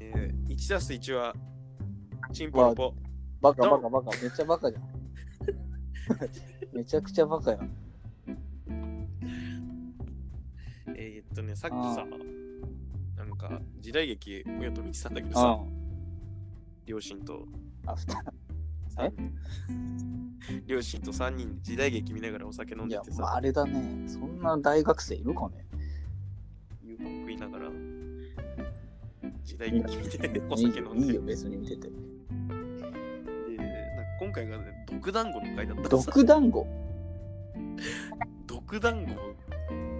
1たす1は、チンポロポ。バカバカバカ、めっちゃバカじゃん。めちゃくちゃバカやん。えーっとね、さっきさ、なんか、時代劇、親と見てたんだけどさ、あ両親と、あ、ふた。さん両親と3人で時代劇見ながらお酒飲んいでやて、まあさ、あれだね。そんな大学生いるかね夕飯食いながら、時代劇見ておい酒い飲よんいでいよ、別に見てでて。なんか今回がね、毒団子の回だったさ毒団子毒団子っ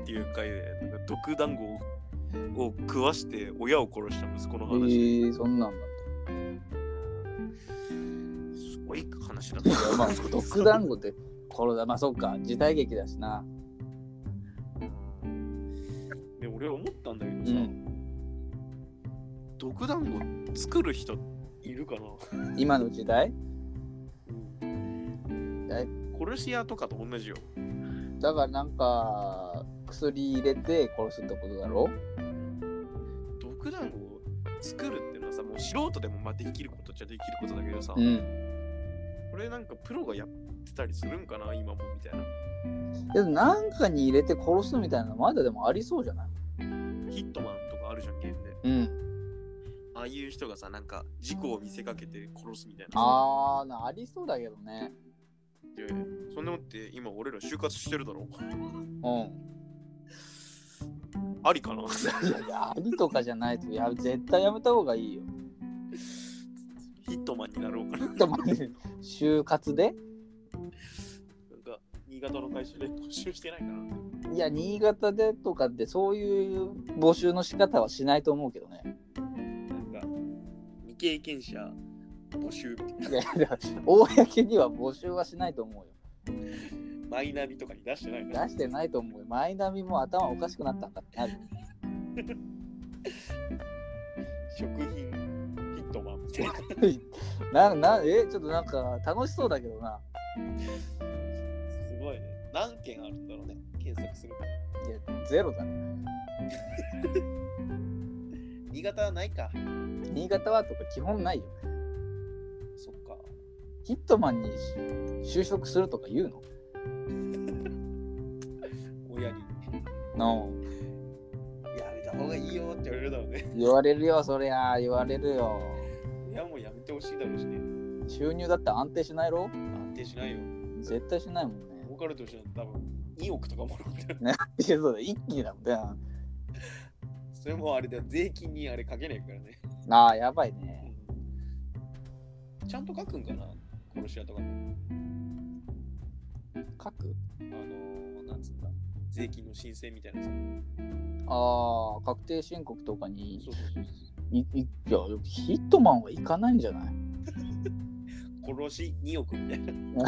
ていう回で、なんか毒団子を食わして親を殺した息子のえ話。ー、そんなんだっすごい話だ た。いやまあ、毒団子って、これだ、まあそっか、時代劇だしな。で、俺思ったんだけどうさ、ん。毒団子作る人いるかな、今の時代え殺し屋とかと同じよ。だからなんか、薬入れて殺すってことだろ毒団子を作るっていうのはさ、もう素人でもまあできることっちゃできることだけどさ、うん。これなんかプロがやってたりするんかな、今もみたいな。でもなんかに入れて殺すみたいなのまだでもありそうじゃないヒットマンとかあるじゃん、ゲームで。うん。ああいう人がさ、なんか事故を見せかけて殺すみたいなさ。あー、なありそうだけどね。でそんなもんって今俺ら就活してるだろ。うん。ありかな いやいや、ありとかじゃないと、いや、絶対やめた方がいいよ。ヒットマンになろうかな。ちょっと待って就活でなんか新潟の会社で募集してないかな。いや、新潟でとかって、そういう募集の仕方はしないと思うけどね。なんか未経験者募集いや、だから公には募集はしないと思うよ。マイナビとかに出してないか出してないと思うよ。マイナビも頭おかしくなったんだってなる。食品ヒットマンみたいな。 な、な、え、ちょっとなんか楽しそうだけどな。すごいね。何件あるんだろうね。検索すると。いや、ゼロだね。新潟はないか。新潟はとか基本ないよ。そっか。ヒットマンに就職するとか言うの親に。のやめた方がいいよって言われるだろうね。言われるよ、そりゃ。言われるよ。親もやめてほしいだろうしね。収入だって安定しないろ安定しないよ。絶対しないもんね。儲かるとしたら多分2億とかもらうんだよ。 いや、そうだ、一気にだもんね。それもあれだよ、税金にあれかけないからね。ああ、やばいね。ちゃんと書くんかな殺し屋とかも。書くあのー、なんつうんだ。税金の申請みたいなさ。ああ、確定申告とかに。そうそういいいや、ヒットマンは行かないんじゃないそう。殺し2億みたいな。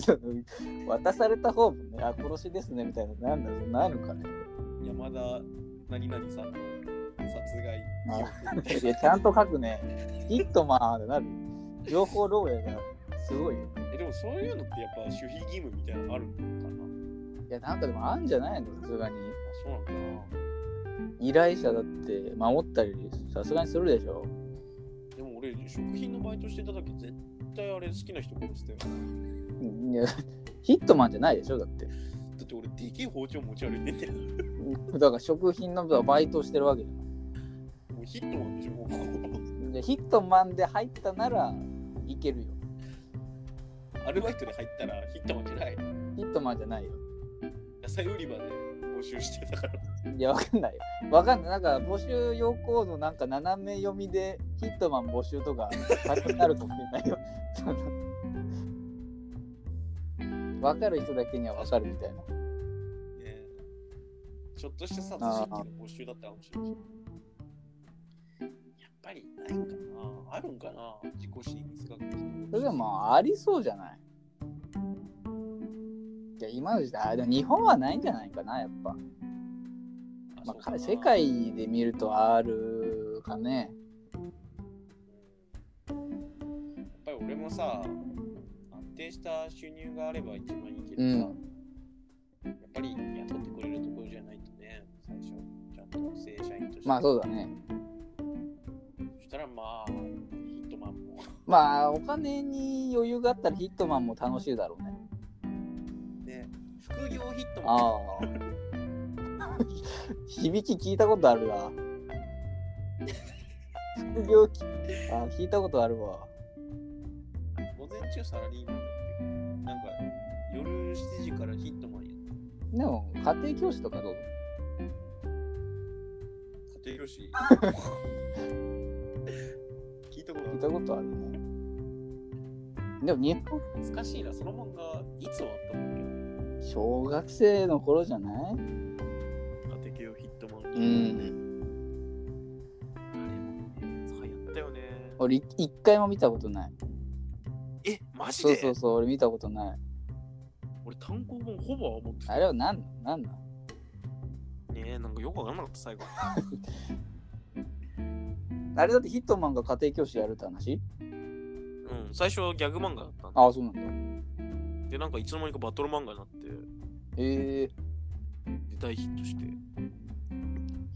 その 渡された方もね、あ、殺しですねみたいな、なんだろう、なるかね。山田何々さんの殺害2億みたいいや、ちゃんと書くね。ヒットマンってなる。情報漏洩がすごいよ。 な。え、でもそういうのってやっぱ守秘義務みたいなのあるのかなあ、いや、なんかでもあんじゃないのさすがに。そうなのかな依頼者だって守ったり、さすがにするでしょ。でも俺、食品のバイトしてた時絶対あれ好きな人殺してたよ。いや、ヒットマンじゃないでしょ、だって。だって俺、でけえ包丁持ち歩いてんだよ。だから食品のバイトしてるわけじゃない。もうヒットマンでしょ、もうここ。でヒットマンで入ったならいけるよ。アルバイトで入ったらヒットマンじゃない。ヒットマンじゃないよ。野菜売り場で募集してたから。いや、わかんないよ。わかんない。なんか募集要項のなんか斜め読みでヒットマン募集とか書きになるかもしれないよ。 そのわかる人だけにはわかるみたいな。ねちょっとした殺人鬼の募集だったかもしれない。やっぱりないんかなあるんかな自己死に見せかけて人それでもまあありそうじゃないいや、今の時代、あでも日本はないんじゃないかな、やっぱ。まそうあかか、な世界で見るとあるかね。やっぱり俺もさ、安定した収入があれば一番いいけどうんさ、やっぱり雇ってくれるところじゃないとね、最初、ちゃんと正社員として。まあそうだね。ったらまあ、ヒットマンも。まあ、お金に余裕があったらヒットマンも楽しいだろうね。ね、副業ヒットマン。ああ。 響き聞いたことあるわ。副業きあ聞いたことあるわ。午前中サラリーマンだってなんか、夜7時からヒットマンやってでも、家庭教師とかどう家庭教師。 聞いたこ聞いとたことあるね。でも、日本ある。難しいな、その漫画、いつ終わったんだ小学生の頃じゃないっけ家庭教ヒットマン。ん。あれもね、流行ったよね。俺、い一回も見たことない。え、マジそうでそうそう、俺見たことない。俺単行本ほぼ思ってたあれは何なんなのねえ、なんかよくわからなかった、最後。あれだってヒットマンが家庭教師やるって話うん、最初はギャグ漫画だったんだああ、そうなんだ。で、なんかいつの間にかバトル漫画になって、でええ大ヒットして。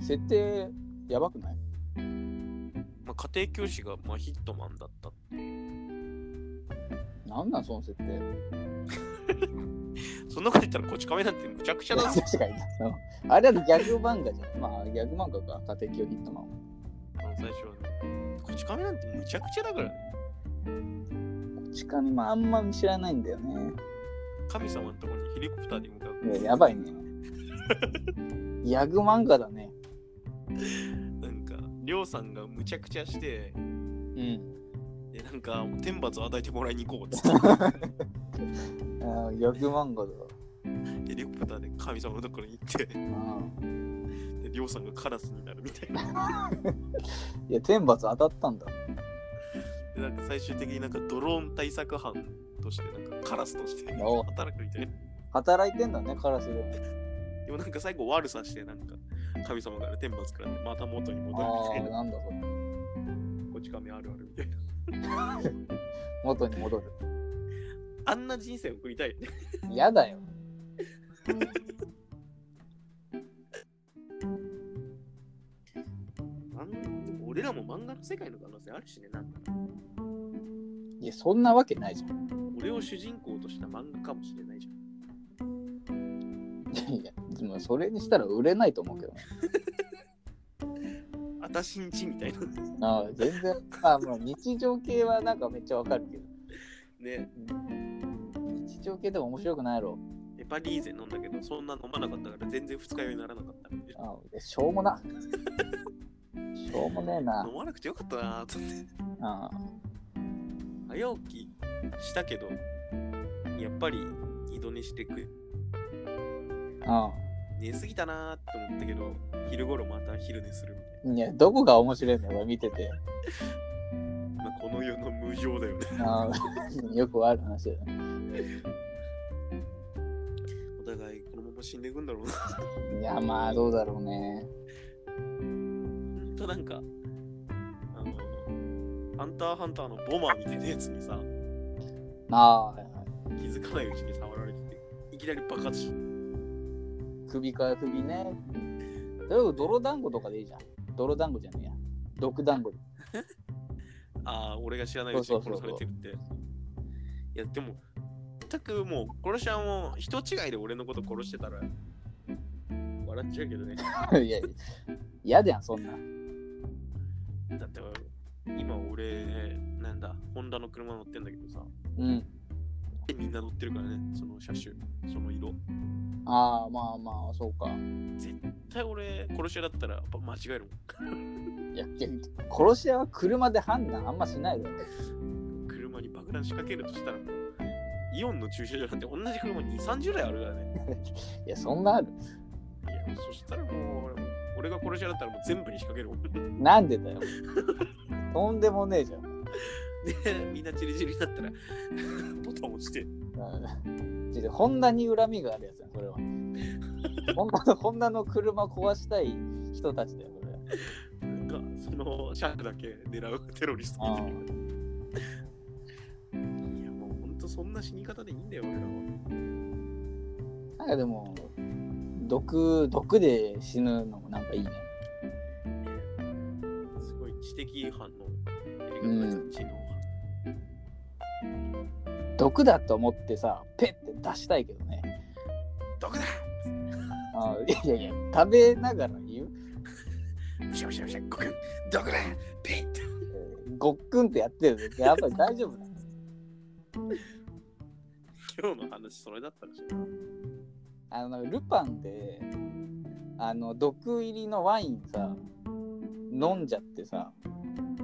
設定やばくないまあ、家庭教師が、まあ、ヒットマンだったっていう。なんなんその設定そんなこと言ったらこち亀なんてむちゃくちゃだぞ。確かにうんあれはギャグ漫画じゃん。まあ、ギャグ漫画か、家庭教ヒットマンは。最初はね。こち亀なんてむちゃくちゃだからね。こち亀もあんま知らないんだよね。神様のところにヘリコプターで向かう。いややばい ね。ギャグ漫画だね。なんか、りょうさんがむちゃくちゃして、うん。で、なんか、天罰を与えてもらいに行こうっつって。あーギャグ漫画だ。 ヘリコプターで神様のところに行って、うんで、りょうさんがカラスになるみたいな。いや、天罰当たったんだ。で、なんか最終的になんかドローン対策班として、なんかカラスとしてお働くみたいな。働いてんだね、カラスで。でもなんか最後悪さして、なんか、神様から天罰食らって、また元に戻るみあたいなあ、。なんだそれ。こち亀あるあるみたいな。元に戻る。あんな人生送りたいよね。嫌だよ。なんでも俺らも漫画の世界の可能性あるしね。なんかいや、そんなわけないじゃん。俺を主人公とした漫画かもしれないじゃん。いやいや、でもそれにしたら売れないと思うけどね。あたしんちみたいな。ああ、全然。まあ、まあ、日常系はなんかめっちゃわかるけど。 ね、日常系でも面白くないやろ。ヘパリーゼ飲んだけど、そんな飲まなかったから全然二日酔いにならなかったみたいな。あしょうもな。しょうもねえな飲。まなくてよかったなーっつって。あ早起きしたけど、やっぱり二度寝してく。あ寝すぎたなーって思ったけど、昼頃また昼寝するみたいうん。いや、どこが面白いのか見てて。な。まあ、この世の無常だよね。ああよくある話だよね。 お互いこのまま死んでいくんだろうな。いや、まあ、どうだろうね。ほ んとなんか、あの、ハンターハンターのボマーみたいなやつにさ、ああ、はいはい気づかないうちに触られてて、いきなり爆発し、首から首ね。だけど、泥団子とかでいいじゃん。泥団子じゃねえや。毒団子で。 ああ、俺が知らないうちに殺されてるって。いや、でも、全くもう、殺し屋も人違いで俺のこと殺してたら、笑っちゃうけどね。いや、嫌だやん、そんな。だって、今俺、なんだ、ホンダの車乗ってんだけどさ、うん。みんな乗ってるからね、その車種、その色。ああ、まあまあ、そうか。絶対俺、殺し屋だったら、やっぱ間違えるもん。いや、いや殺し屋は車で判断あんましないだろ。車に爆弾仕掛けるとしたらもうイオンの駐車場なんて同じ車2、30台あるからね。いや、そんなある。いや、そしたらもう俺も俺が殺し屋だったらもう全部に仕掛けるもん。なんでだよ。とんでもねえじゃん。で、みんなチリチリになったらボタン押して。うん違うホンダに恨みがあるやつやん、これは。ホンダのホンダの車壊したい人たちだよ、これは。なんか、そのシャクだけ狙うテロリストみたいな。いや、もうほんとそんな死に方でいいんだよ、俺らは。なんかでも、毒、毒で死ぬのもなんかいいね。すごい知的違反のやり方だけど、うん知能毒だと思ってさペッて出したいけどね毒だあーいやいや食べながら言うむしゃむしゃむしゃごくん毒だピッてえーごっくんってやってるやっぱり大丈夫なの今日の話それだったらしいあのなんかルパンであの毒入りのワインさ飲んじゃってさ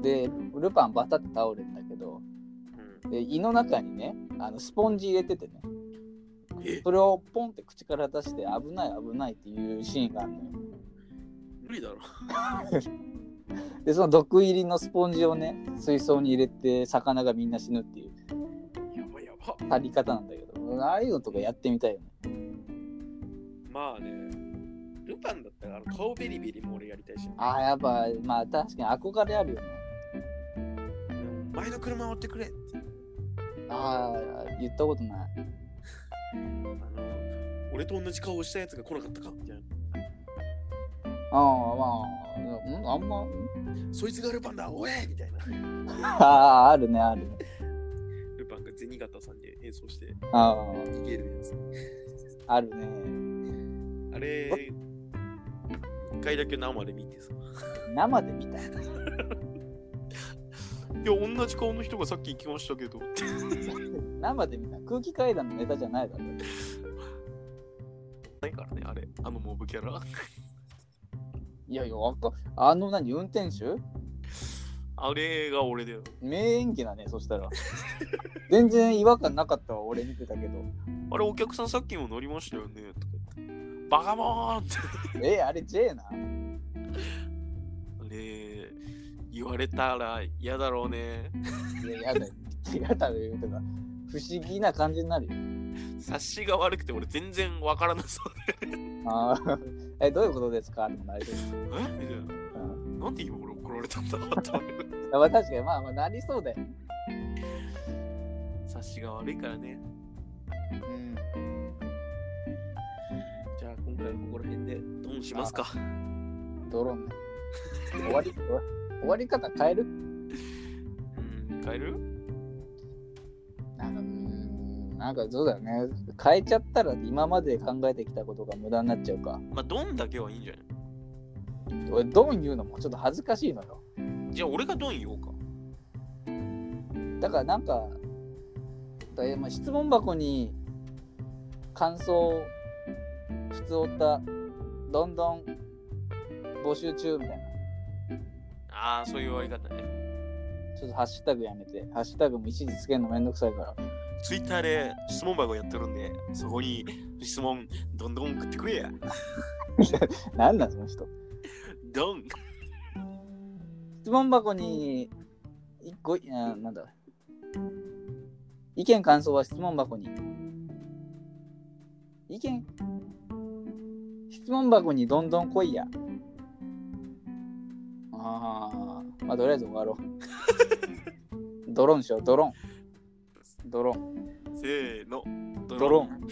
でルパンバタって倒れんだけどうで胃の中にねあのスポンジ入れててねん、えそれをポンって口から出して危ない危ないっていうシーンがあるのよ無理だろでその毒入りのスポンジをね水槽に入れて魚がみんな死ぬっていうやばいやばやり方なんだけどああいうのとかやってみたいよねまあねルパンだったらあの顔ベリベリも俺やりたいしああやっぱまあ確かに憧れあるよねうん前の車追ってくれってああ言ったことないあの俺と同じ顔をしたやつが来なかったかみたいなああまあうんあんまそいつがルパンだおえみたいなあああるねあるねルパンが銭形さんに演奏してあ逃げるやつああるねあれ一回だけ生で見てさ生で見たいや同じ顔の人がさっき行きましたけど生で見た空気階段のネタじゃないだろないからねあれあのモブキャラ いやいやわかあの何運転手あれが俺だよ名演技だねそしたら 全然違和感なかったわ俺見てたけどあれお客さんさっきも乗りましたよねとか言ってバカモーンってえあれ J なあれ言われたら嫌だろうねいややだやだよとか不思議な感じになるよ察しが悪くて俺全然わからなそうああえどういうことですかってもなりそうでえみたいなうんなんで今俺怒られたんだろうって思うまあ確かにまあまあなりそうだよ、察しが悪いからねうん、じゃあ今回はここら辺でドンしますかドローンね終わり終わ終わり方変えるうん変えるなんかうーんなんかそうだよね変えちゃったら今まで考えてきたことが無駄になっちゃうかまあドンだけはいいんじゃない俺ドン言うのもちょっと恥ずかしいのよじゃあ俺がドン言おうかだからなんかだいまあ質問箱に感想普通おったどんどん募集中みたいああそういう終わり方ねなちょっとハッシュタグやめてハッシュタグも一時つけるのめんどくさいからツイッターで質問箱やってるんでそこに質問どんどん送ってくれやなんなんその人ドン質問箱に一個あなんだ意見感想は質問箱に意見質問箱にどんどん来いやあーまあとりあえず終わろうドローンしようドローンドローンせーのドドローン